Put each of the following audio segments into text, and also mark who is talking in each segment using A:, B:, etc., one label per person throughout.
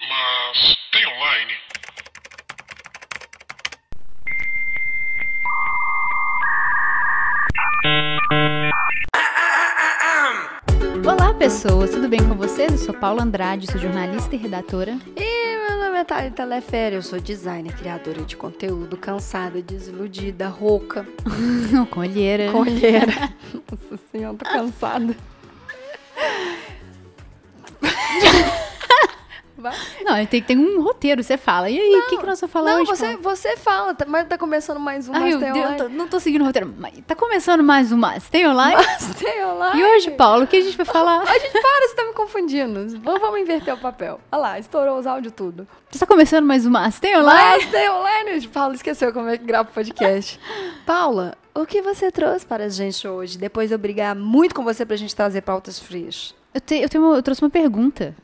A: Max. Tem online.
B: Olá, pessoas, tudo bem com vocês? Eu sou Paula Andrade, sou jornalista e redatora.
C: E meu nome é Thalita Lefere, eu sou designer, criadora de conteúdo, cansada, desiludida, rouca,
B: Com olheira.
C: colheira. Nossa senhora, tô cansada. Vai.
B: Não, tem que ter um roteiro, você fala. E aí, o que, que nós vamos falar
C: Não,
B: hoje?
C: você, você fala, tá- mas tá começando mais um
B: Paula? Ai,
C: Mas
B: eu,
C: Tem
B: eu
C: Online.
B: tô- não tô seguindo o roteiro. Mas tá começando mais um Mas Tem Online?
C: Mas Tem Online.
B: E hoje, Paulo, o que a gente vai falar?
C: A gente para, você tá me confundindo. Vamos, vamos inverter o papel. Olha lá, estourou os áudios tudo.
B: Tá começando mais um Mas Tem Online?
C: Mas tem online. Paula esqueceu como é que grava o podcast. Paula, o que você trouxe para a gente hoje? Depois de eu brigar muito com você pra gente trazer pautas frias.
B: Eu, te- eu tenho uma- eu trouxe uma pergunta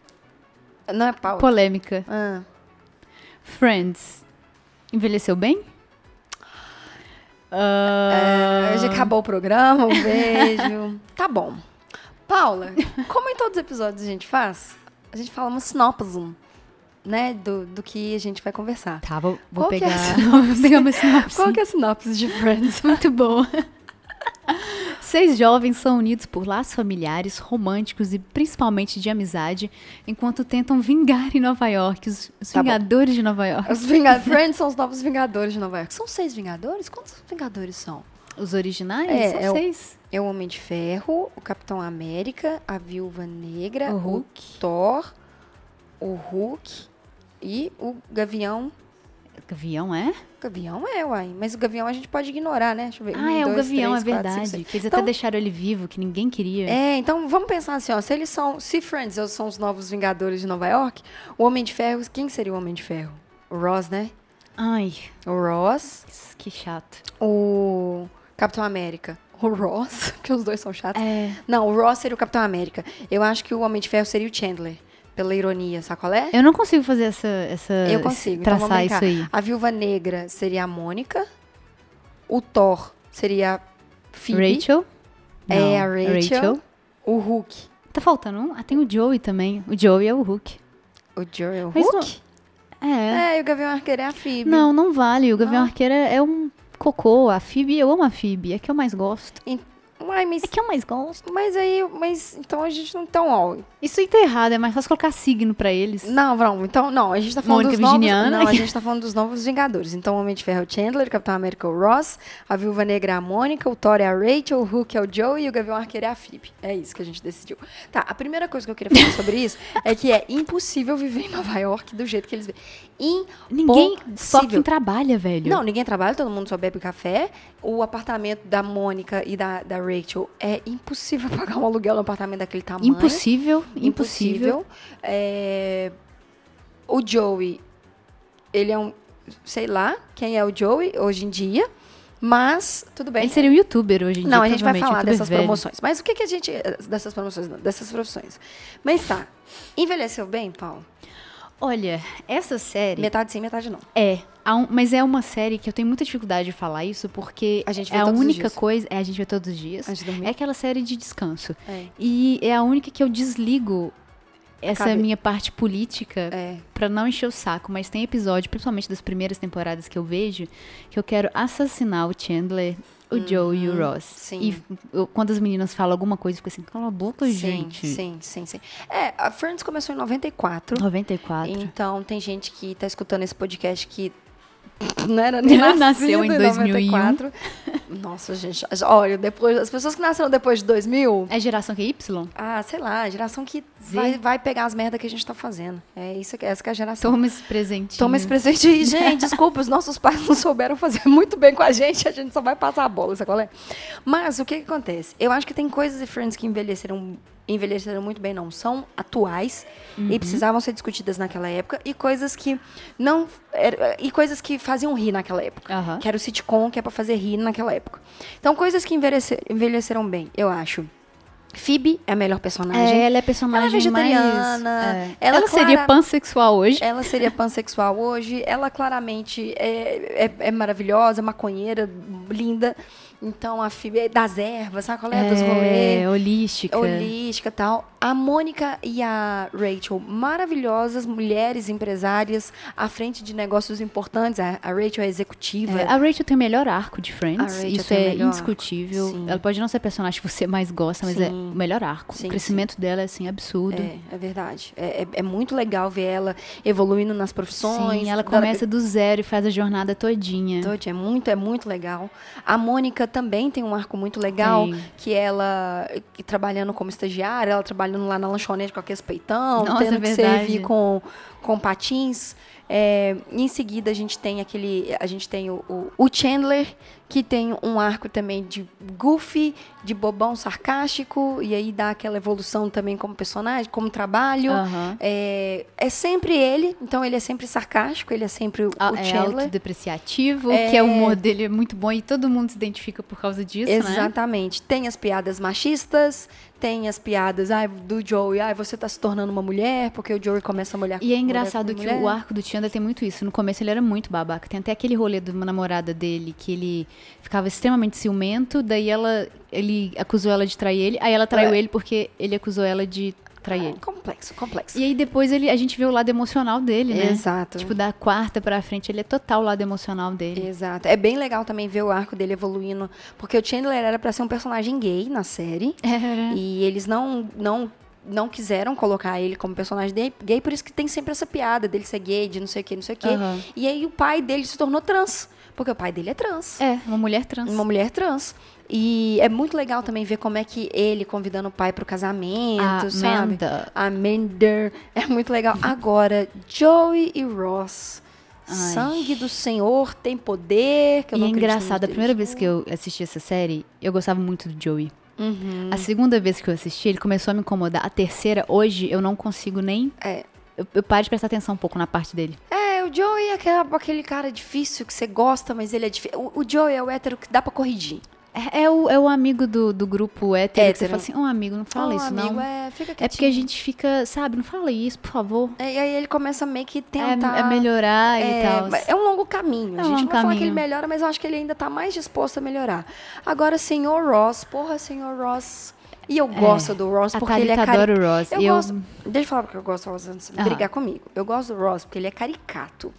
C: Não é pauta.
B: polêmica.
C: Ah.
B: Friends, envelheceu bem? Ah,
C: Hoje acabou o programa, um beijo. tá bom. Paula, como em todos os episódios a gente faz, a gente fala uma sinopse, né, do, do que a gente vai conversar.
B: Tá, vou, vou
C: Qual que é a
B: pegar. vou pegar uma sinopse.
C: Qual que é a sinopse de Friends?
B: é Muito bom. Seis jovens são unidos por laços familiares, românticos e principalmente de amizade, enquanto tentam vingar em Nova York os, os
C: Tá bom.
B: Vingadores de Nova York.
C: Os Vingadores. Friends são os novos Vingadores de Nova York. São seis Vingadores? Quantos Vingadores são?
B: Os originais
C: É,
B: são
C: é o-
B: seis.
C: É o Homem de Ferro, o Capitão América, a Viúva Negra,
B: O
C: o
B: Hulk.
C: Thor, o Hulk e o Gavião.
B: Gavião é?
C: Gavião é, uai. Mas o Gavião a gente pode ignorar, né? Deixa eu ver.
B: Ah,
C: Um,
B: é o Gavião,
C: dois, três,
B: é
C: quatro, cinco,
B: verdade.
C: seis.
B: que eles
C: Então-
B: até deixaram ele vivo, que ninguém queria.
C: É, então vamos pensar assim, ó. Se eles são. Se Friends é são os novos Vingadores de Nova York, o Homem de Ferro. Quem seria o Homem de Ferro? O Ross, né?
B: Ai,
C: O Ross.
B: que chato.
C: O Capitão América. O Ross, porque os dois são chatos.
B: É.
C: Não, o Ross seria o Capitão América. Eu acho que o Homem de Ferro seria o Chandler. Pela ironia, sabe qual é?
B: Eu não consigo fazer essa. essa
C: Eu
B: esse-
C: consigo. então vamos
B: Traçar
C: brincar.
B: isso aí.
C: A Viúva Negra seria a Mônica. O Thor seria a Phoebe.
B: Rachel?
C: É,
B: Não,
C: a Rachel. O Hulk.
B: Tá faltando um? Ah, tem o Joey também. O Joey é o Hulk.
C: O Joe é o
B: Mas
C: Hulk?
B: É.
C: É, e o Gavião Arqueiro é a Phoebe.
B: Não, não vale. O Gavião
C: Não?
B: Arqueiro é um cocô. A Phoebe, eu amo a Phoebe. É que eu mais gosto.
C: Uai, mas,
B: É que eu mais gosto.
C: mas aí... Mas então a gente não... Então, ó...
B: Isso aí tá errado. É mais fácil colocar signo pra eles.
C: Não, não. Então, não. A gente tá falando
B: Mônica
C: dos novos...
B: Virginiana.
C: Não, a gente tá falando dos novos Vingadores. Então, o Homem de Ferro é o Chandler, o Capitão América é o Ross, a Viúva Negra é a Mônica, o Thor é a Rachel, o Hulk é o Joe e o Gavião Arqueiro é a Phoebe. É isso que a gente decidiu. Tá, a primeira coisa que eu queria falar sobre isso é que é impossível viver em Nova York do jeito que eles vivem.
B: Ninguém só
C: Impossível.
B: quem trabalha, velho.
C: Não, ninguém trabalha, todo mundo só bebe café. O apartamento da Mônica e da, da Rachel é impossível pagar um aluguel no apartamento daquele tamanho.
B: Impossível, impossível.
C: é. Impossível. É, O Joey, ele é um. Sei lá quem é o Joey hoje em dia, mas tudo bem.
B: Ele seria um youtuber hoje em dia.
C: Não, a gente vai
B: provavelmente,
C: falar
B: youtuber
C: dessas
B: velho.
C: promoções. Mas o que, que a gente. Dessas promoções, não, dessas profissões. Mas tá. Envelheceu bem, Paulo?
B: Olha, essa série
C: Metade sim, metade não.
B: é. há um- mas é uma série que eu tenho muita dificuldade de falar isso, porque
C: A gente vê
B: é a
C: todos os
B: única
C: dias.
B: coisa. É, a gente vê todos os dias.
C: Antes de dormir.
B: É aquela série de descanso.
C: É.
B: E é a única que eu desligo essa
C: Cabe-
B: minha parte política
C: É.
B: Pra não encher o saco, mas tem episódio, principalmente das primeiras temporadas que eu vejo, que eu quero assassinar o Chandler, o Joe e o Ross.
C: Uhum. sim.
B: E eu- quando as meninas falam alguma coisa, eu fico assim, cala a boca,
C: Sim,
B: gente.
C: sim, sim, sim. É, a Friends começou em 94.
B: 94.
C: Então tem gente que tá escutando esse podcast que não era nem
B: Nasceu
C: nascido
B: em
C: em
B: 2001.
C: 94. Nossa, gente, olha, depois as pessoas que nasceram depois de 2000,
B: É geração que é Y?
C: ah, sei lá, a geração que
B: Z.
C: vai, vai pegar as merdas que a gente tá fazendo. É isso, que- essa que é a geração.
B: Toma esse presentinho.
C: Toma esse presente aí, gente. Desculpa, os nossos pais não souberam fazer muito bem com a gente, a gente só vai passar a bola, sabe qual é? Mas o que, que acontece? Eu acho que tem coisas de Friends que envelheceram, envelheceram muito bem, não são atuais e precisavam ser discutidas naquela época, e coisas que não. era- E coisas que faziam rir naquela época.
B: Aham.
C: Que era o sitcom, que é pra fazer rir naquela época. Então, coisas que envelhece- envelheceram bem, eu acho. Phoebe é a melhor personagem.
B: É, ela é personagem
C: Ela é vegetariana,
B: mais... é.
C: ela
B: Ela,
C: clara-
B: seria pansexual hoje.
C: Ela seria pansexual hoje, ela claramente é, é, é maravilhosa, maconheira, linda. Então, a Phoebe, das ervas, sabe qual é? Dos rolês.
B: É, holística.
C: holística e tal. A Mônica e a Rachel, maravilhosas mulheres empresárias à frente de negócios importantes. A, a Rachel é executiva.
B: É, a Rachel tem o melhor arco de
C: A
B: Friends,
C: Rachel
B: isso
C: tem o
B: é
C: melhor arco,
B: indiscutível.
C: sim.
B: Ela pode não ser a personagem que você mais gosta, mas é
C: Sim.
B: o melhor arco.
C: Sim,
B: o crescimento dela é assim absurdo.
C: É, é verdade. É, é- é muito legal ver ela evoluindo nas profissões.
B: Sim, ela
C: da-
B: começa do zero e faz a jornada todinha.
C: Todd, É muito, é muito legal. A Mônica também tem um arco muito legal,
B: Tem.
C: que ela que trabalhando como estagiária, ela trabalhando lá na lanchonete com aqueles peitão,
B: Nossa,
C: tendo
B: é
C: que
B: verdade.
C: servir com, com patins. É, em seguida a gente tem aquele, a gente tem o, o- o Chandler que tem um arco também de goofy, de bobão sarcástico e aí dá aquela evolução também como personagem, como trabalho.
B: Aham.
C: É, é sempre ele, então ele é sempre sarcástico, ele é sempre o,
B: A-
C: o
B: É
C: Chandler.
B: autodepreciativo, que é o humor dele é muito bom e todo mundo se identifica por causa disso, né?
C: Exatamente. Tem as piadas machistas, tem as piadas ai, do Joey, ai, você tá se tornando uma mulher, porque o Joey começa a mulher
B: E é engraçado que o
C: ar
B: arco do Chandler tem muito isso. No começo ele era muito babaca. Tem até aquele rolê de uma namorada dele que ele ficava extremamente ciumento, daí ela ele acusou ela de trair ele, aí ela
C: É.
B: traiu ele porque ele acusou ela de trair ele.
C: Complexo, complexo.
B: E aí depois ele, a gente vê o lado emocional dele, né?
C: Exato.
B: Tipo, assim. da quarta pra frente, ele é total o lado emocional dele.
C: Exato. É bem legal também ver o arco dele evoluindo, porque o Chandler era pra ser um personagem gay na série.
B: Era.
C: E eles não, não, não quiseram colocar ele como personagem de- gay, por isso que tem sempre essa piada dele ser gay, de não sei o que, não sei o que.
B: Aham.
C: E aí o pai dele se tornou trans, porque o pai dele é trans.
B: É, uma mulher trans.
C: Uma mulher trans. E é muito legal também ver como é que ele convidando o pai pro casamento,
B: A
C: sabe?
B: Ah, Amanda.
C: A Mender. É muito legal. Agora, Joey e Ross.
B: Ai.
C: Sangue do Senhor tem poder. Que eu
B: e
C: não
B: é
C: acredito
B: engraçado, a
C: muito
B: primeira vez
C: nisso.
B: que eu assisti essa série, eu gostava muito do Joey.
C: Uhum.
B: A segunda vez que eu assisti, ele começou a me incomodar. A terceira, hoje, eu não consigo nem.
C: É.
B: Eu, eu paro de prestar atenção um pouco na parte dele.
C: É, o Joey é aquela- aquele cara difícil que você gosta, mas ele é difícil. O, o Joey é o hétero que dá pra corrigir.
B: É, é o, é o amigo do, do grupo hétero, que você
C: Hétero.
B: fala assim: Ô amigo, não fala
C: Oh,
B: isso,
C: amigo,
B: não. É,
C: É, fica
B: porque a
C: quietinho.
B: gente fica, sabe, não fala isso, por favor.
C: É, E aí ele começa meio que
B: É,
C: tentar...
B: é melhorar e
C: É,
B: tal.
C: mas é um longo caminho.
B: É um
C: a gente
B: longo
C: não vai falar que ele
B: caminho.
C: melhora, mas eu acho que ele ainda tá mais disposto a melhorar. Agora, senhor Ross, porra, senhor Ross. E eu gosto do Ross
B: É, A
C: porque ele é
B: Thalita
C: caricato.
B: adora o Ross.
C: Eu,
B: Eu- Ah.
C: gosto. Deixa eu falar porque eu gosto do Ross antes de
B: Aham.
C: brigar comigo. Eu gosto do Ross porque ele é caricato.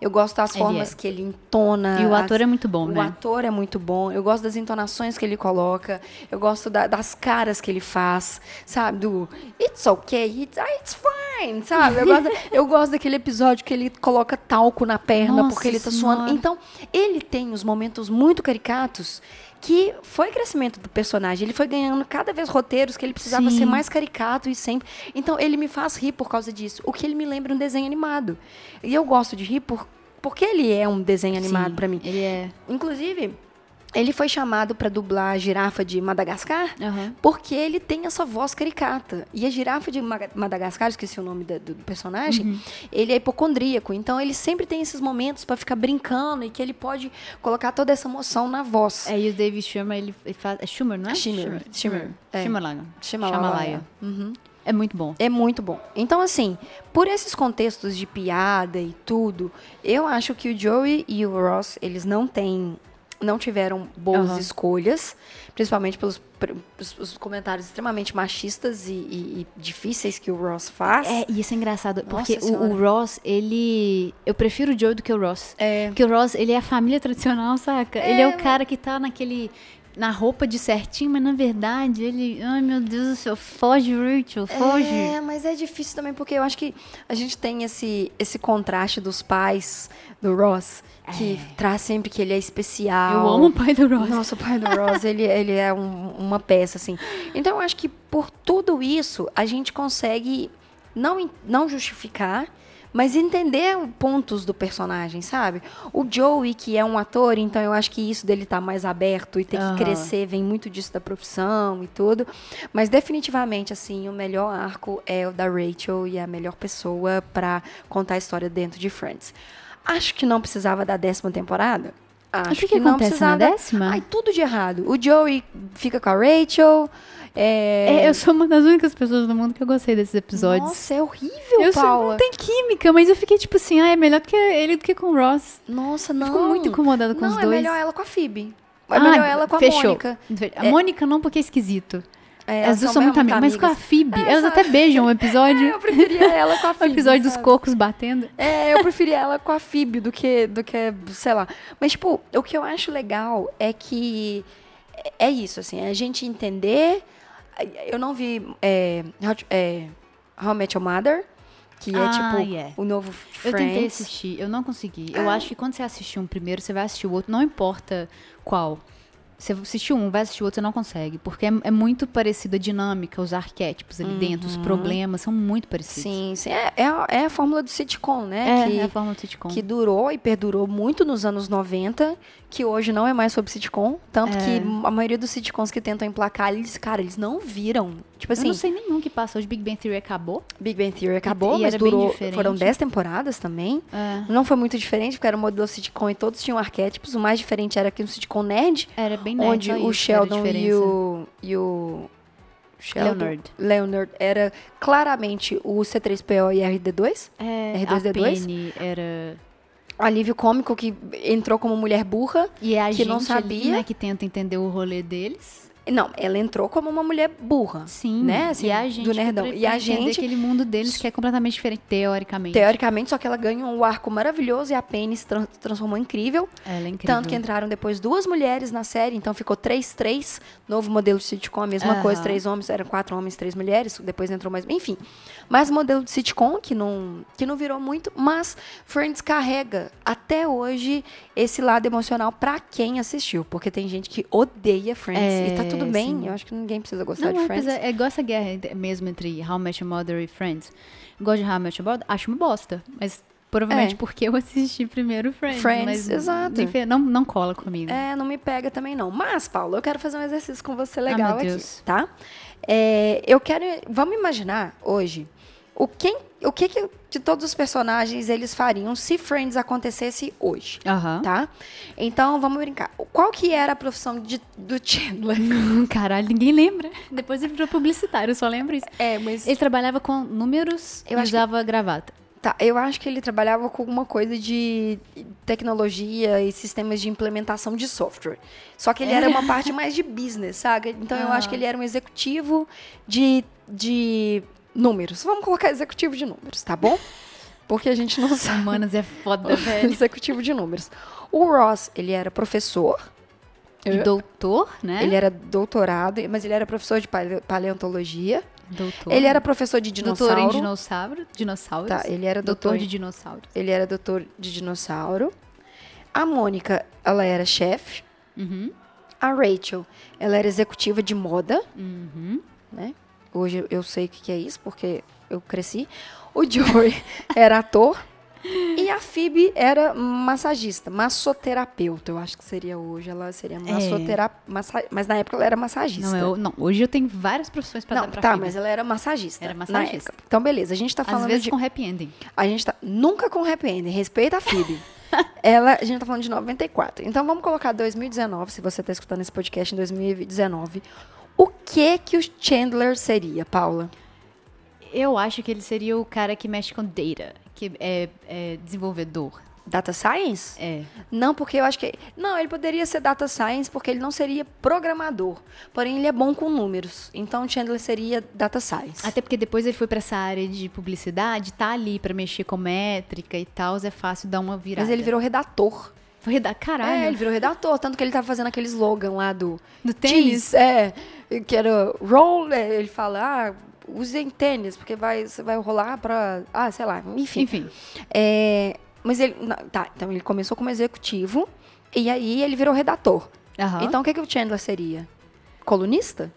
C: Eu gosto das
B: Ele
C: formas
B: é.
C: que ele entona.
B: E o
C: as-
B: ator é muito bom,
C: Ah, o
B: né?
C: ator é muito bom. Eu gosto das entonações que ele coloca. Eu gosto da- das caras que ele faz, sabe? Do it's okay, it's, ah, it's fine, sabe? Eu gosto, eu gosto daquele episódio que ele coloca talco na perna
B: Nossa
C: porque ele tá
B: Senhora.
C: suando. Então, ele tem os momentos muito caricatos que foi crescimento do personagem. Ele foi ganhando cada vez roteiros que ele precisava
B: Sim.
C: ser mais caricato e sempre. Então, ele me faz rir por causa disso. O que ele me lembra um desenho animado. E eu gosto de rir por, porque ele é um desenho animado
B: Sim,
C: pra mim.
B: Ele é.
C: Inclusive, ele foi chamado pra dublar a girafa de Madagascar
B: Aham.
C: porque ele tem essa voz caricata. E a girafa de Maga- Madagascar, eu esqueci o nome da- do personagem, ele é hipocondríaco. Então ele sempre tem esses momentos pra ficar brincando e que ele pode colocar toda essa emoção na voz.
B: É, e o David Schumer, ele, ele faz. É Schumer, não é?
C: Shimmer,
B: Schumer.
C: Shimmer, é.
B: Schumalan.
C: Shyamalan. Uhum.
B: É muito bom.
C: É muito bom. Então, assim, por esses contextos de piada e tudo, eu acho que o Joey e o Ross, eles não têm. Não tiveram boas
B: Aham.
C: escolhas, principalmente pelos pr- os- os comentários extremamente machistas e, e- e difíceis que o Ross faz.
B: É, e isso é engraçado,
C: Nossa
B: porque o, o Ross, ele. Eu prefiro o Joe do que o Ross.
C: É.
B: Porque o Ross, ele é a família tradicional, saca? ele é o cara que tá naquele. Na roupa de certinho, mas na verdade ele. Ai meu Deus do céu, foge, Rachel, foge.
C: É, mas é difícil também, porque eu acho que a gente tem esse, esse contraste dos pais do Ross, que traz sempre que ele é especial.
B: Eu amo o pai do Ross.
C: Nossa, o pai do Ross, ele, ele é um- uma peça, assim. Então, eu acho que por tudo isso, a gente consegue não, en- não justificar, mas entender pontos do personagem, sabe? O Joey, que é um ator, então eu acho que isso dele tá mais aberto e ter
B: Aham.
C: que crescer, vem muito disso da profissão e tudo. Mas definitivamente, assim, o melhor arco é o da Rachel e a melhor pessoa pra contar a história dentro de Friends. Acho que não precisava da décima temporada. Acho
B: o que, que
C: não
B: acontece na
C: precisava.
B: décima?
C: Ai, tudo de errado. O Joey fica com a Rachel. É...
B: É, eu sou uma das únicas pessoas do mundo que eu gostei desses episódios.
C: Nossa, é horrível,
B: eu sou-
C: Paula.
B: não tem química, mas eu fiquei tipo assim, ah, é melhor do que ele do que com o Ross.
C: Nossa,
B: Eu
C: não.
B: fico muito incomodada com
C: não,
B: os
C: é
B: dois.
C: melhor ela com a Phoebe. É melhor ela com a
B: Ah, fechou.
C: Mônica.
B: A Mônica não, porque é esquisito.
C: É,
B: As duas são muito amigas, mas com a Phoebe,
C: É,
B: elas
C: só-
B: até beijam o episódio.
C: Eu preferia ela com a
B: o
C: Phoebe.
B: episódio dos
C: sabe?
B: cocos batendo.
C: É, eu preferia ela com a Phoebe do que, do que, sei lá. Mas, tipo, o que eu acho legal é que é- é isso, assim, é a gente entender. Eu não vi é, How, to- é, How I Met Your Mother, que é,
B: Ah,
C: tipo,
B: yeah.
C: o novo
B: Eu
C: Friends.
B: tentei assistir, eu não consegui.
C: Ah.
B: Eu acho que quando você assistir um primeiro, você vai assistir o outro, não importa qual. Você assistiu um, vai assistir o outro, você não consegue. Porque é, é muito parecida a dinâmica, os arquétipos ali dentro, os
C: Uhum.
B: problemas são muito parecidos.
C: Sim, sim. É, é, a- é a fórmula do sitcom, né?
B: É,
C: que,
B: é a forma do sitcom.
C: que tipo durou e perdurou muito nos anos 90, que hoje não é mais sobre sitcom. Tanto
B: É.
C: que a maioria dos sitcoms que tentam emplacar, eles, cara, eles não viram.
B: eu
C: Tipo assim,
B: não sei nenhum que passa hoje. Big Bang Theory acabou.
C: Big Bang Theory acabou,
B: e
C: mas
B: era bem
C: durou,
B: diferente.
C: foram 10 temporadas também. Não foi muito diferente, porque era um modelo sitcom e todos tinham arquétipos. O mais diferente era que no sitcom nerd,
B: Era bem nerd,
C: onde
B: só isso que
C: o
B: era a
C: Sheldon e
B: diferença.
C: o, e o Sheldon,
B: Leonard.
C: Leonard era claramente o C3PO e RD2.
B: É,
C: R2D2?
B: a Penny era...
C: O alívio cômico que entrou como mulher burra.
B: E é a
C: Que
B: gente
C: não
B: ali,
C: sabia.
B: né, que tenta entender o rolê deles.
C: Não, ela entrou como uma mulher burra.
B: Sim,
C: Né? Assim,
B: e a gente
C: do nerdão.
B: pra-
C: E a
B: pra entender
C: gente-
B: aquele mundo deles que é completamente diferente, teoricamente.
C: Teoricamente, só que ela ganhou um arco maravilhoso e a Penny se tran- transformou em incrível.
B: Ela é incrível.
C: Tanto que entraram depois duas mulheres na série, então ficou 3-3. Novo modelo de sitcom, a mesma
B: Aham.
C: coisa, três homens, eram quatro homens, três mulheres, depois entrou mais. Enfim. Mas o modelo de sitcom que não, que não virou muito, mas Friends carrega até hoje esse lado emocional pra quem assistiu. Porque tem gente que odeia Friends.
B: É,
C: e tá tudo bem,
B: sim.
C: eu acho que ninguém precisa gostar
B: Não,
C: de
B: é,
C: Friends.
B: apesar- é igual essa guerra ent- mesmo entre How I Met Your Mother e Friends. Gosto de How I Met Your Mother, acho uma bosta. Mas provavelmente
C: É.
B: porque eu assisti primeiro Friends.
C: Friends,
B: mas,
C: exato.
B: enfim, não, não cola comigo.
C: É, não me pega também não. Mas, Paulo, eu quero fazer um exercício com você legal
B: Ah, meu
C: aqui,
B: Deus.
C: tá? É, eu quero. Vamos imaginar hoje o quem, o que, que de todos os personagens eles fariam se Friends acontecesse hoje,
B: Aham.
C: tá? Então vamos brincar. Qual que era a profissão de- do Chandler?
B: Caralho, ninguém lembra. Depois ele virou publicitário, eu só lembro isso.
C: É, mas
B: Ele trabalhava com números
C: Eu
B: e
C: acho que-
B: usava gravata.
C: Tá, eu acho que ele trabalhava com alguma coisa de tecnologia e sistemas de implementação de software. Só que ele era
B: É.
C: uma parte mais de business, sabe? Então eu acho que
B: Ah.
C: ele era um executivo de, de números. Vamos colocar executivo de números, tá bom? Porque a gente não sabe.
B: Manas é foda, velho.
C: executivo de números. O Ross, ele era professor,
B: E doutor, né?
C: ele era doutorado, mas ele era professor de pale- paleontologia.
B: Doutor.
C: Ele era professor de dinossauro.
B: Doutor em dinossauro. Dinossauros.
C: Tá, ele era doutor
B: doutor
C: em-
B: de dinossauros.
C: Ele era doutor de dinossauro. A Mônica, ela era chefe.
B: Uhum.
C: A Rachel, ela era executiva de moda,
B: Uhum.
C: né? Hoje eu sei o que que é isso, porque eu cresci. O Joey era ator. E a Phoebe era massagista, massoterapeuta, eu acho que seria hoje. Ela seria massoterapeuta, mas na época ela era massagista.
B: É. Não, eu- não, hoje eu tenho várias profissões pra
C: Não,
B: dar pra
C: tá,
B: Phoebe.
C: mas ela era massagista.
B: Era
C: na
B: massagista.
C: época. Então, beleza, a gente tá
B: Às
C: falando
B: vezes
C: de
B: com happy ending.
C: A gente tá nunca com happy ending. Respeita a Phoebe. Ela, a gente tá falando de 94. Então vamos colocar 2019, se você tá escutando esse podcast em 2019. O que que o Chandler seria, Paula?
B: Eu acho que ele seria o cara que mexe com data, que é, é desenvolvedor.
C: Data Science?
B: É.
C: Não, porque eu acho que. Não, ele poderia ser Data Science porque ele não seria programador. Porém, ele é bom com números. Então, o Chandler seria Data Science.
B: Até porque depois ele foi pra essa área de publicidade, tá ali pra mexer com métrica e tal, é fácil dar uma virada.
C: Mas ele virou redator.
B: Foi da caralho.
C: É, ele virou redator, tanto que ele tava fazendo aquele slogan lá do.
B: Do tênis?
C: Cheese, é. Que era roll, é, ele fala, ah, usem tênis, porque vai, você vai rolar pra. Ah, sei lá, enfim.
B: Enfim.
C: É, mas ele. não, tá, então ele começou como executivo e aí ele virou redator.
B: Aham.
C: Então o que, que o Chandler seria? Colunista?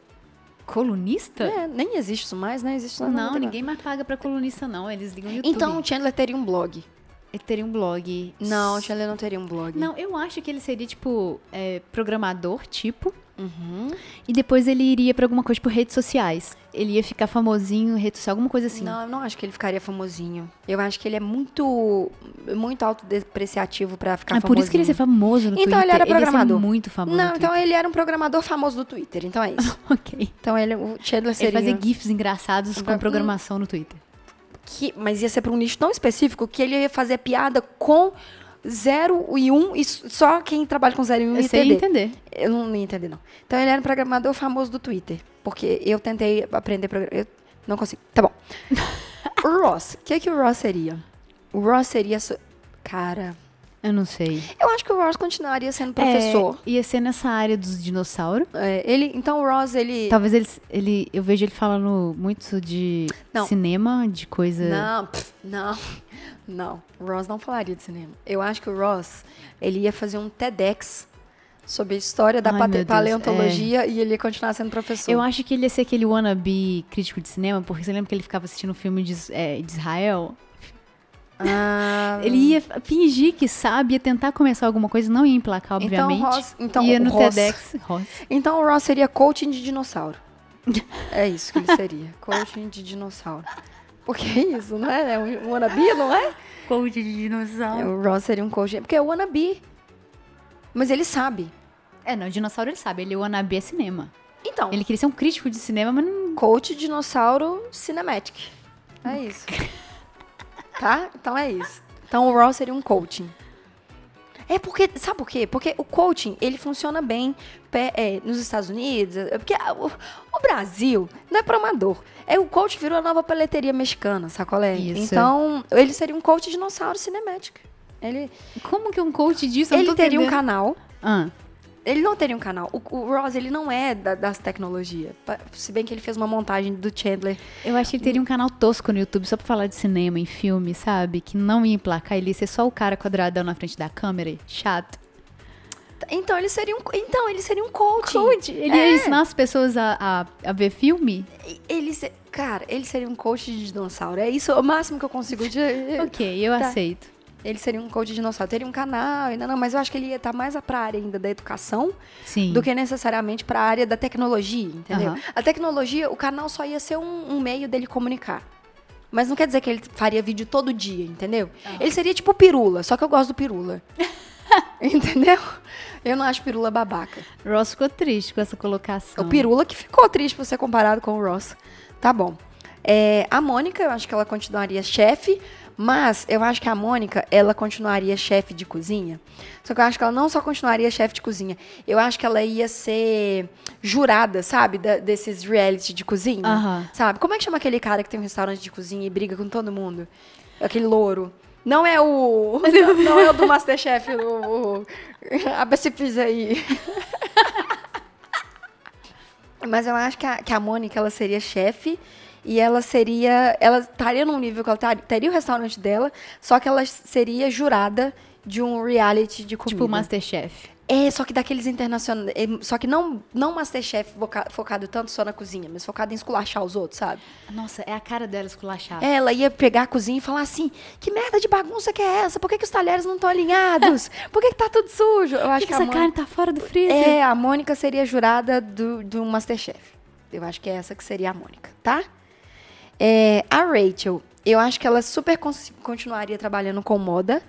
B: colunista?
C: É, nem existe isso mais, né? Existe nada,
B: Não,
C: tem
B: ninguém mais paga pra colunista, não. Eles ligam no
C: nada.
B: YouTube.
C: Então o Chandler teria um blog.
B: Ele teria um blog.
C: Não, o Chandler não teria um blog.
B: Não, eu acho que ele seria, tipo, é, programador, tipo.
C: Uhum.
B: E depois ele iria pra alguma coisa, tipo, redes sociais. Ele ia ficar famosinho, rede social, alguma coisa assim.
C: Não, eu não acho que ele ficaria famosinho. Eu acho que ele é muito, muito autodepreciativo pra ficar
B: Ah,
C: famosinho.
B: por isso que ele ia ser famoso no
C: Então,
B: Twitter.
C: ele era
B: Ia
C: programador.
B: ser muito famoso.
C: Não,
B: no
C: então ele era um programador famoso do Twitter. Então é isso.
B: Twitter. Ok.
C: Então ele, o Chandler
B: Ele
C: seria...
B: fazia GIFs engraçados com
C: Hum.
B: programação no Twitter.
C: que, mas ia ser pra um nicho tão específico que ele ia fazer piada com 0 e 1, um, e só quem trabalha com 0 e 1 um
B: Eu sei entender.
C: Eu não ia entender, não. Então ele era um programador famoso do Twitter. Porque eu tentei aprender programador. Eu não consigo. Tá bom. o Ross. O que, que o Ross seria? O Ross seria. so- Cara.
B: Eu não sei.
C: Eu acho que o Ross continuaria sendo professor.
B: É, ia ser nessa área dos dinossauros.
C: É, ele, então o Ross, ele.
B: Talvez ele, ele. Eu vejo ele falando muito de
C: Não.
B: cinema, de coisa.
C: Não, pff, não, não. O Ross não falaria de cinema. Eu acho que o Ross, ele ia fazer um TEDx sobre a história da
B: Ai,
C: pate-
B: meu Deus, é.
C: paleontologia e ele ia continuar sendo professor.
B: Eu acho que ele ia ser aquele wannabe crítico de cinema, porque você lembra que ele ficava assistindo filme de, Is- é, de Israel?
C: Ah,
B: Ele ia f- fingir que sabe, ia tentar começar alguma coisa, não ia emplacar,
C: Então,
B: obviamente.
C: Ross- então,
B: ia
C: o
B: no
C: Ross-
B: TEDx. Ross.
C: Então o Ross seria coaching de dinossauro. É isso que ele seria. coaching de dinossauro. Porque é isso, não é? É um wannabe, não é?
B: Coach de dinossauro.
C: O Ross seria um coaching. Porque é wannabe. Mas ele sabe.
B: É, não, dinossauro ele sabe, ele é wannabe é cinema.
C: Então,
B: Ele queria ser um crítico de cinema, mas não.
C: Coach Dinossauro Cinematic. É isso. tá? Então é isso. Então o Raw seria um coaching. É porque, sabe por quê? Porque o coaching, ele funciona bem pe- é, nos Estados Unidos. É porque ah, o, o Brasil não é pro amador. É, o coach virou a nova paleteria mexicana, sacolé?
B: Isso.
C: Então, ele seria um coach dinossauro cinematic. Ele,
B: Como que um coach disso? Eu não
C: ele
B: tô
C: teria um
B: entendendo.
C: canal.
B: Ah,
C: Ele não teria um canal. O, o Ross, ele não é da- das tecnologias. Pa- Se bem que ele fez uma montagem do Chandler
B: eu acho que ele teria um canal tosco no YouTube só pra falar de cinema em filme, sabe? Que não ia emplacar, ele ia ser só o cara quadradão na frente da câmera. Chato.
C: Então ele seria um, então ele seria um coach. É.
B: Coach, ele é ia ensinar as pessoas a, a- a ver filme?
C: Ele se- cara, ele seria um coach de dinossauro. É isso, é o máximo que eu consigo de
B: Ok, eu
C: Tá.
B: aceito.
C: Ele seria um coach de dinossauro, teria um canal, e não, não, mas eu acho que ele ia estar mais pra área ainda da educação
B: Sim.
C: do que necessariamente pra área da tecnologia, entendeu?
B: Aham.
C: A tecnologia, o canal só ia ser um, um meio dele comunicar. Mas não quer dizer que ele faria vídeo todo dia, entendeu? Ele seria tipo o pirula, só que eu gosto do pirula. entendeu? Eu não acho pirula babaca.
B: Ross ficou triste com essa
C: É
B: colocação.
C: O Pirula que ficou triste por ser comparado com o Ross. Tá bom. É, a Mônica, eu acho que ela continuaria chefe, mas eu acho que a Mônica, ela continuaria chefe de cozinha. Só que eu acho que ela não só continuaria chefe de cozinha, eu acho que ela ia ser jurada, sabe? da- desses reality de cozinha.
B: Aham.
C: Sabe? Como é que chama aquele cara que tem um restaurante de cozinha e briga com todo mundo? Aquele louro. Não é o. Não, é o do Masterchef, o. o abre esse piso aí. Mas eu acho que a, que a Mônica, ela seria chefe e ela seria. Ela estaria num nível que ela tar- teria o restaurante dela, só que ela seria jurada de um reality de comida.
B: Tipo o Masterchef.
C: É, só que daqueles internacionais. é, Só que não, não Masterchef voca- focado tanto só na cozinha, mas focado em esculachar os outros, sabe?
B: Nossa, é a cara dela esculachada.
C: Ela ia pegar a cozinha e falar assim: que merda de bagunça que é essa? Por que, que os talheres não estão alinhados? Por que, que tá tudo sujo? Eu acho
B: Por que,
C: que,
B: essa
C: a Mônica.
B: carne tá fora do freezer?
C: É, a Mônica seria jurada do, do Masterchef. Eu acho que é essa que seria a Mônica, tá? É, a Rachel, eu acho que ela super cons- continuaria trabalhando com moda,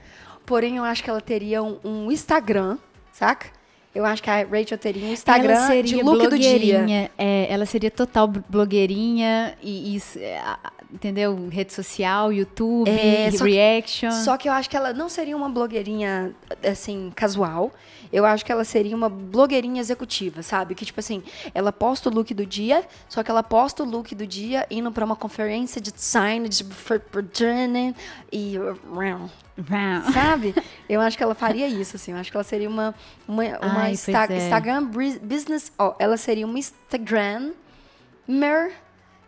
C: porém eu acho que ela teria um, um Instagram, saca? Eu acho que a Rachel teria um Instagram
B: ela seria
C: de look do dia.
B: blogueirinha, é, ela seria total bl- blogueirinha e, e s- é, a- a- entendeu? Rede social, YouTube,
C: É, só que-
B: reaction.
C: Só que eu acho que ela não seria uma blogueirinha, assim, casual. Eu acho que ela seria uma blogueirinha executiva, sabe? Que, tipo assim, ela posta o look do dia, só que ela posta o look do dia indo pra uma conferência de design, de Fortune e.
B: Rau.
C: Sabe? Eu acho que ela faria isso, assim. Eu acho que ela seria uma, uma, uma
B: Ai,
C: Insta-
B: pois é.
C: Instagram bris- business. Ó, ela seria uma Instagrammer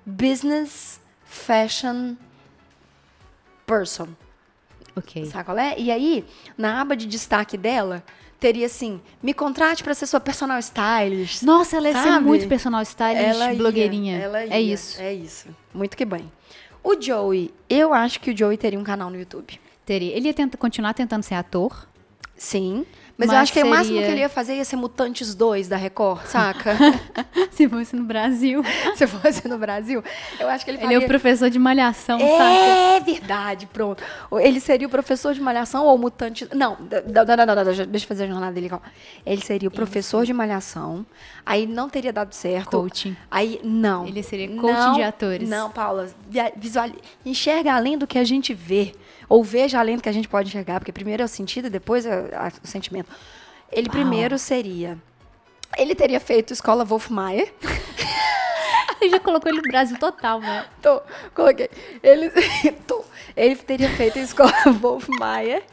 C: business fashion person.
B: ok.
C: Sabe qual é? E aí, na aba de destaque dela, teria assim: me contrate pra ser sua personal stylist.
B: Nossa, ela ia ser
C: Sabe?
B: muito personal stylist,
C: ia,
B: blogueirinha.
C: ela ia,
B: é isso.
C: É isso. Muito que bem. O Joey, eu acho que o Joey teria um canal no YouTube.
B: Teria. Ele ia tenta- continuar tentando ser ator.
C: Sim, Mas, eu
B: Mas
C: acho que o máximo que
B: seria-
C: ele ia fazer ia ser Mutantes 2 da Record, saca?
B: Se fosse no Brasil.
C: Se fosse no Brasil, eu acho que ele
B: Ele é o
C: faria...
B: professor de malhação, saca?
C: É verdade, pronto. Ele seria o professor de malhação ou mutante. Não, não, não, não, não, não, deixa eu fazer a jornada dele calma. Ele seria o professor de malhação. Aí não teria dado certo.
B: Coaching.
C: Aí não.
B: Ele seria coaching de atores.
C: Não, Paula, via- visual, enxerga além do que a gente vê. Ou veja além do que a gente pode enxergar, porque primeiro é o sentido e depois é a- o sentimento. Ele primeiro seria. Ele teria feito escola Wolf Maia.
B: Você já colocou ele no Brasil total, né?
C: Tô, coloquei. Ele, tô. ele teria feito a escola Wolfmaier.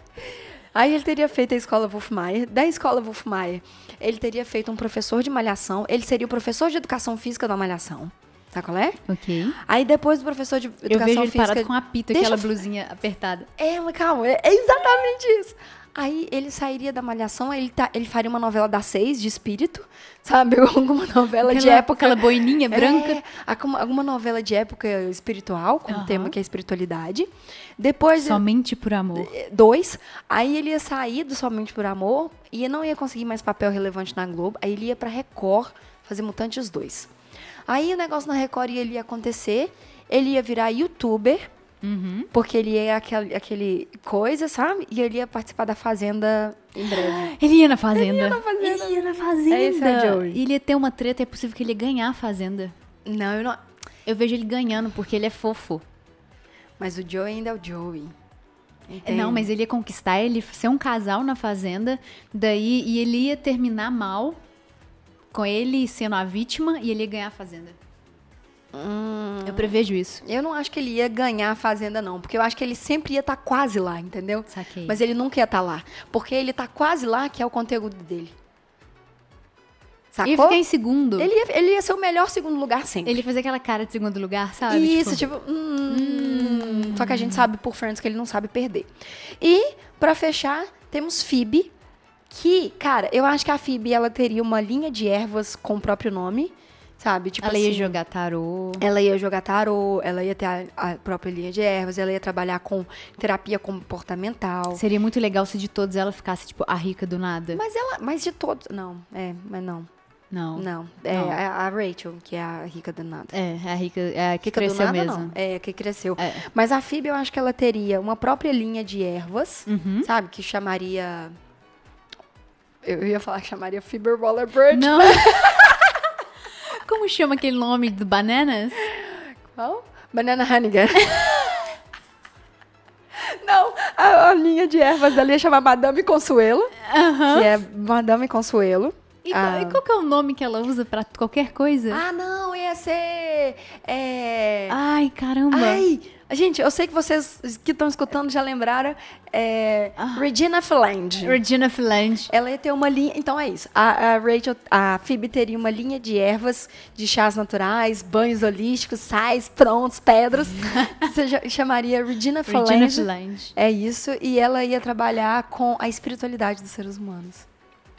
C: Aí ele teria feito a escola Wolfmaier. Da escola Wolfmaier, ele teria feito um professor de malhação. Ele seria o professor de educação física da malhação. Sabe qual é?
B: Ok.
C: Aí depois do professor de educação
B: Eu vejo ele
C: física...
B: parado com apito,
C: Deixa
B: aquela
C: eu-
B: blusinha apertada.
C: É, mas calma, é é exatamente isso. Aí ele sairia da malhação, aí ele, tá, ele faria uma novela das seis, de espírito, sabe? Alguma novela de
B: Aquela-
C: época.
B: Aquela boininha branca.
C: É, alguma, alguma novela de época espiritual, com o
B: Aham.
C: tema que é espiritualidade. Depois,
B: Somente por amor.
C: eh, dois. Aí ele ia sair do Somente por Amor e não ia conseguir mais papel relevante na Globo. Aí ele ia pra Record fazer Mutantes 2. Aí o negócio na Record ia, ele ia acontecer. Ele ia virar youtuber,
B: Uhum.
C: porque ele ia aquele, aquele coisa, sabe? E ele ia participar da Fazenda em breve.
B: Ele ia na fazenda.
C: Fazenda.
B: Ele ia na fazenda.
C: É, esse é o Joey.
B: ele ia ter uma treta, é possível que ele ia ganhar a fazenda.
C: Não, eu não.
B: Eu vejo ele ganhando, porque ele é fofo.
C: Mas o Joey ainda é o Joey. Entende?
B: É, Não, mas ele ia conquistar, ele ia ser um casal na fazenda, daí e ele ia terminar mal com ele sendo a vítima e ele ia ganhar a fazenda.
C: Hum.
B: Eu prevejo isso.
C: Eu não acho que ele ia ganhar a Fazenda, não. Porque eu acho que ele sempre ia estar quase lá, entendeu?
B: Saquei.
C: Mas ele nunca ia estar lá. Porque ele tá quase lá, que é o conteúdo dele.
B: ia
C: Sacou?
B: ficar em segundo.
C: Ele, ia, ele ia ser o melhor segundo lugar sempre.
B: Ele ia fazer aquela cara de segundo lugar, sabe?
C: Isso, tipo... hum, Só que a gente sabe por Friends que ele não sabe perder. E, pra fechar, temos Phoebe. Que, cara, eu acho que a Phoebe, ela teria uma linha de ervas com o próprio nome. Sabe? Tipo
B: ela
C: assim,
B: ia jogar tarô.
C: ela ia jogar tarô, ela ia ter a, a própria linha de ervas, ela ia trabalhar com terapia comportamental.
B: Seria muito legal se de todos ela ficasse, tipo, a rica do nada.
C: Mas ela, mas de todos, não, é, mas não,
B: Não.
C: não. É
B: Não.
C: A, a Rachel, que é a rica do nada.
B: É, é a rica, é a que
C: Rica do
B: cresceu
C: nada,
B: mesmo.
C: Não. É, que cresceu.
B: É.
C: Mas a Phoebe, eu acho que ela teria uma própria linha de ervas,
B: Uhum.
C: sabe? Que chamaria... Eu ia falar que chamaria Phoebe Waller-Bird.
B: Não. Como chama aquele nome do Bananas?
C: Qual? Banana Hannigan. Não, a, a linha de ervas dela ia chamar Madame Consuelo,
B: Aham.
C: que é Madame Consuelo.
B: E,
C: Ah.
B: qual- e qual que é o nome que ela usa pra qualquer coisa?
C: Ah, não, ia ser. É.
B: Ai, caramba.
C: Ai, gente, eu sei que vocês que estão escutando já lembraram. É, Regina Philand.
B: Regina Philange.
C: Ela ia ter uma linha. Então é isso. A, a Rachel, a Phoebe teria uma linha de ervas, de chás naturais, banhos holísticos, sais, prontos, pedras. Você já- chamaria Regina
B: Regina
C: Philand.
B: Philange.
C: É isso. E ela ia trabalhar com a espiritualidade dos seres humanos.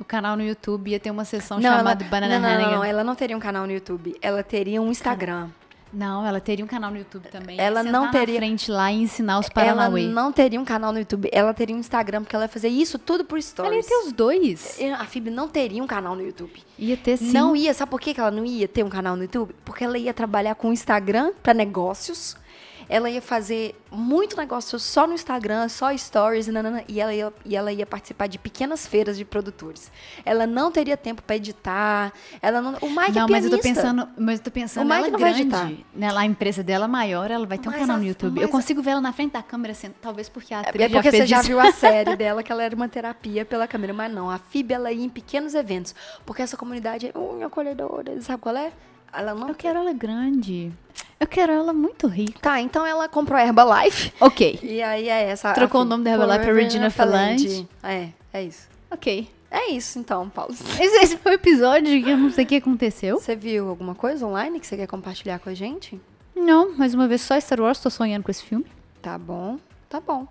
B: O canal no YouTube ia ter uma sessão chamada
C: ela,
B: Banana
C: não, não, não,
B: Hannigan.
C: não, ela não teria um canal no YouTube. Ela teria um Instagram.
B: Não, ela teria um canal no YouTube também.
C: Ela
B: Ia
C: não
B: sentar Na
C: teria-
B: frente lá e ensinar os
C: Ela
B: Paranauê.
C: não teria um canal no YouTube, ela teria um Instagram, porque ela ia fazer isso tudo por
B: Ela ia
C: stories.
B: ter os dois.
C: A Phoebe não teria um canal no YouTube.
B: Ia ter sim.
C: Não ia, sabe por que que ela não ia ter um canal no YouTube? Porque ela ia trabalhar com o Instagram pra negócios. Ela ia fazer muito negócio só no Instagram, só stories, nanana, e, ela ia, e ela ia participar de pequenas feiras de produtores. Ela não teria tempo pra editar. Ela não. O Mike é
B: não, mas eu tô
C: pianista.
B: pensando, mas eu tô pensando
C: O Mike
B: ela
C: não vai
B: grande,
C: editar.
B: né? Lá a empresa dela maior, ela vai ter um
C: Mas
B: canal
C: a-
B: no YouTube. Eu
C: mas a-
B: consigo ver ela na frente da câmera, assim, talvez porque a atriz
C: É porque
B: já fez
C: você já
B: isso.
C: viu a série dela, que ela era uma terapia pela câmera. Mas não, a Phoebe, ela ia em pequenos eventos. Porque essa comunidade é unha acolhedora, sabe qual é? Ela não...
B: Eu quero ela grande. Eu quero ela muito rica.
C: Tá, então ela comprou a Herbalife.
B: Ok.
C: E aí é essa... a
B: Trocou o
C: Phoebe
B: nome da Herbalife pra
C: por
B: Regina Phalange.
C: É, é isso.
B: Ok.
C: É isso então, Paulo.
B: Esse, esse foi o episódio que eu não sei o que aconteceu.
C: Você viu alguma coisa online que você quer compartilhar com a gente?
B: Não, mais uma vez, só Star Wars, tô sonhando com esse filme.
C: Tá bom, tá bom.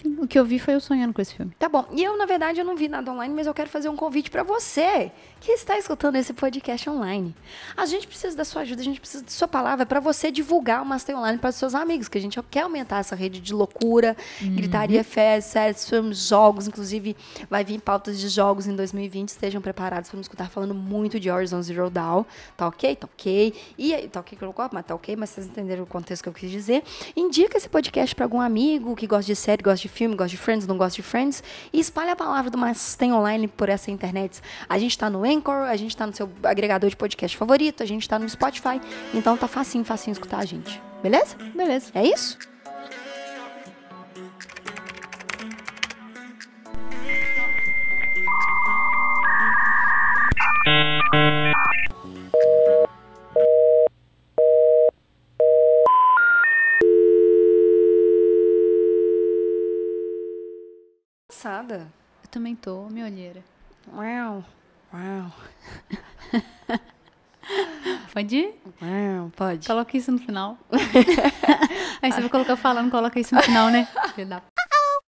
B: Enfim, o que eu vi foi eu sonhando com esse filme.
C: Tá bom. E eu, na verdade, eu não vi nada online, mas eu quero fazer um convite para você que está escutando esse podcast online. A gente precisa da sua ajuda, a gente precisa da sua palavra para você divulgar o Master Online para seus amigos, que a gente quer aumentar essa rede de loucura, gritaria, fé, séries, filmes, jogos. Inclusive, vai vir pautas de jogos em 2020. Estejam preparados para me escutar falando muito de Horizon Zero Dawn. Tá ok? Tá ok. E aí, tá ok que eu não gosto, mas tá ok, mas vocês entenderam o contexto que eu quis dizer. Indica esse podcast para algum amigo que gosta de série, gosta de filme, gosta de Friends, não gosta de Friends. E espalha a palavra do Mas Tem Online por essa internet. A gente tá no Anchor, a gente tá no seu agregador de podcast favorito, a gente tá no Spotify. Então tá facinho, facinho escutar a gente. Beleza?
B: Beleza.
C: É isso? Passada.
B: Eu também tô, minha olheira.
C: Uau. Uau.
B: Pode ir?
C: Uau. Pode.
B: Coloca isso no final. Aí você vai colocar falando, coloca isso no final, né? Filho da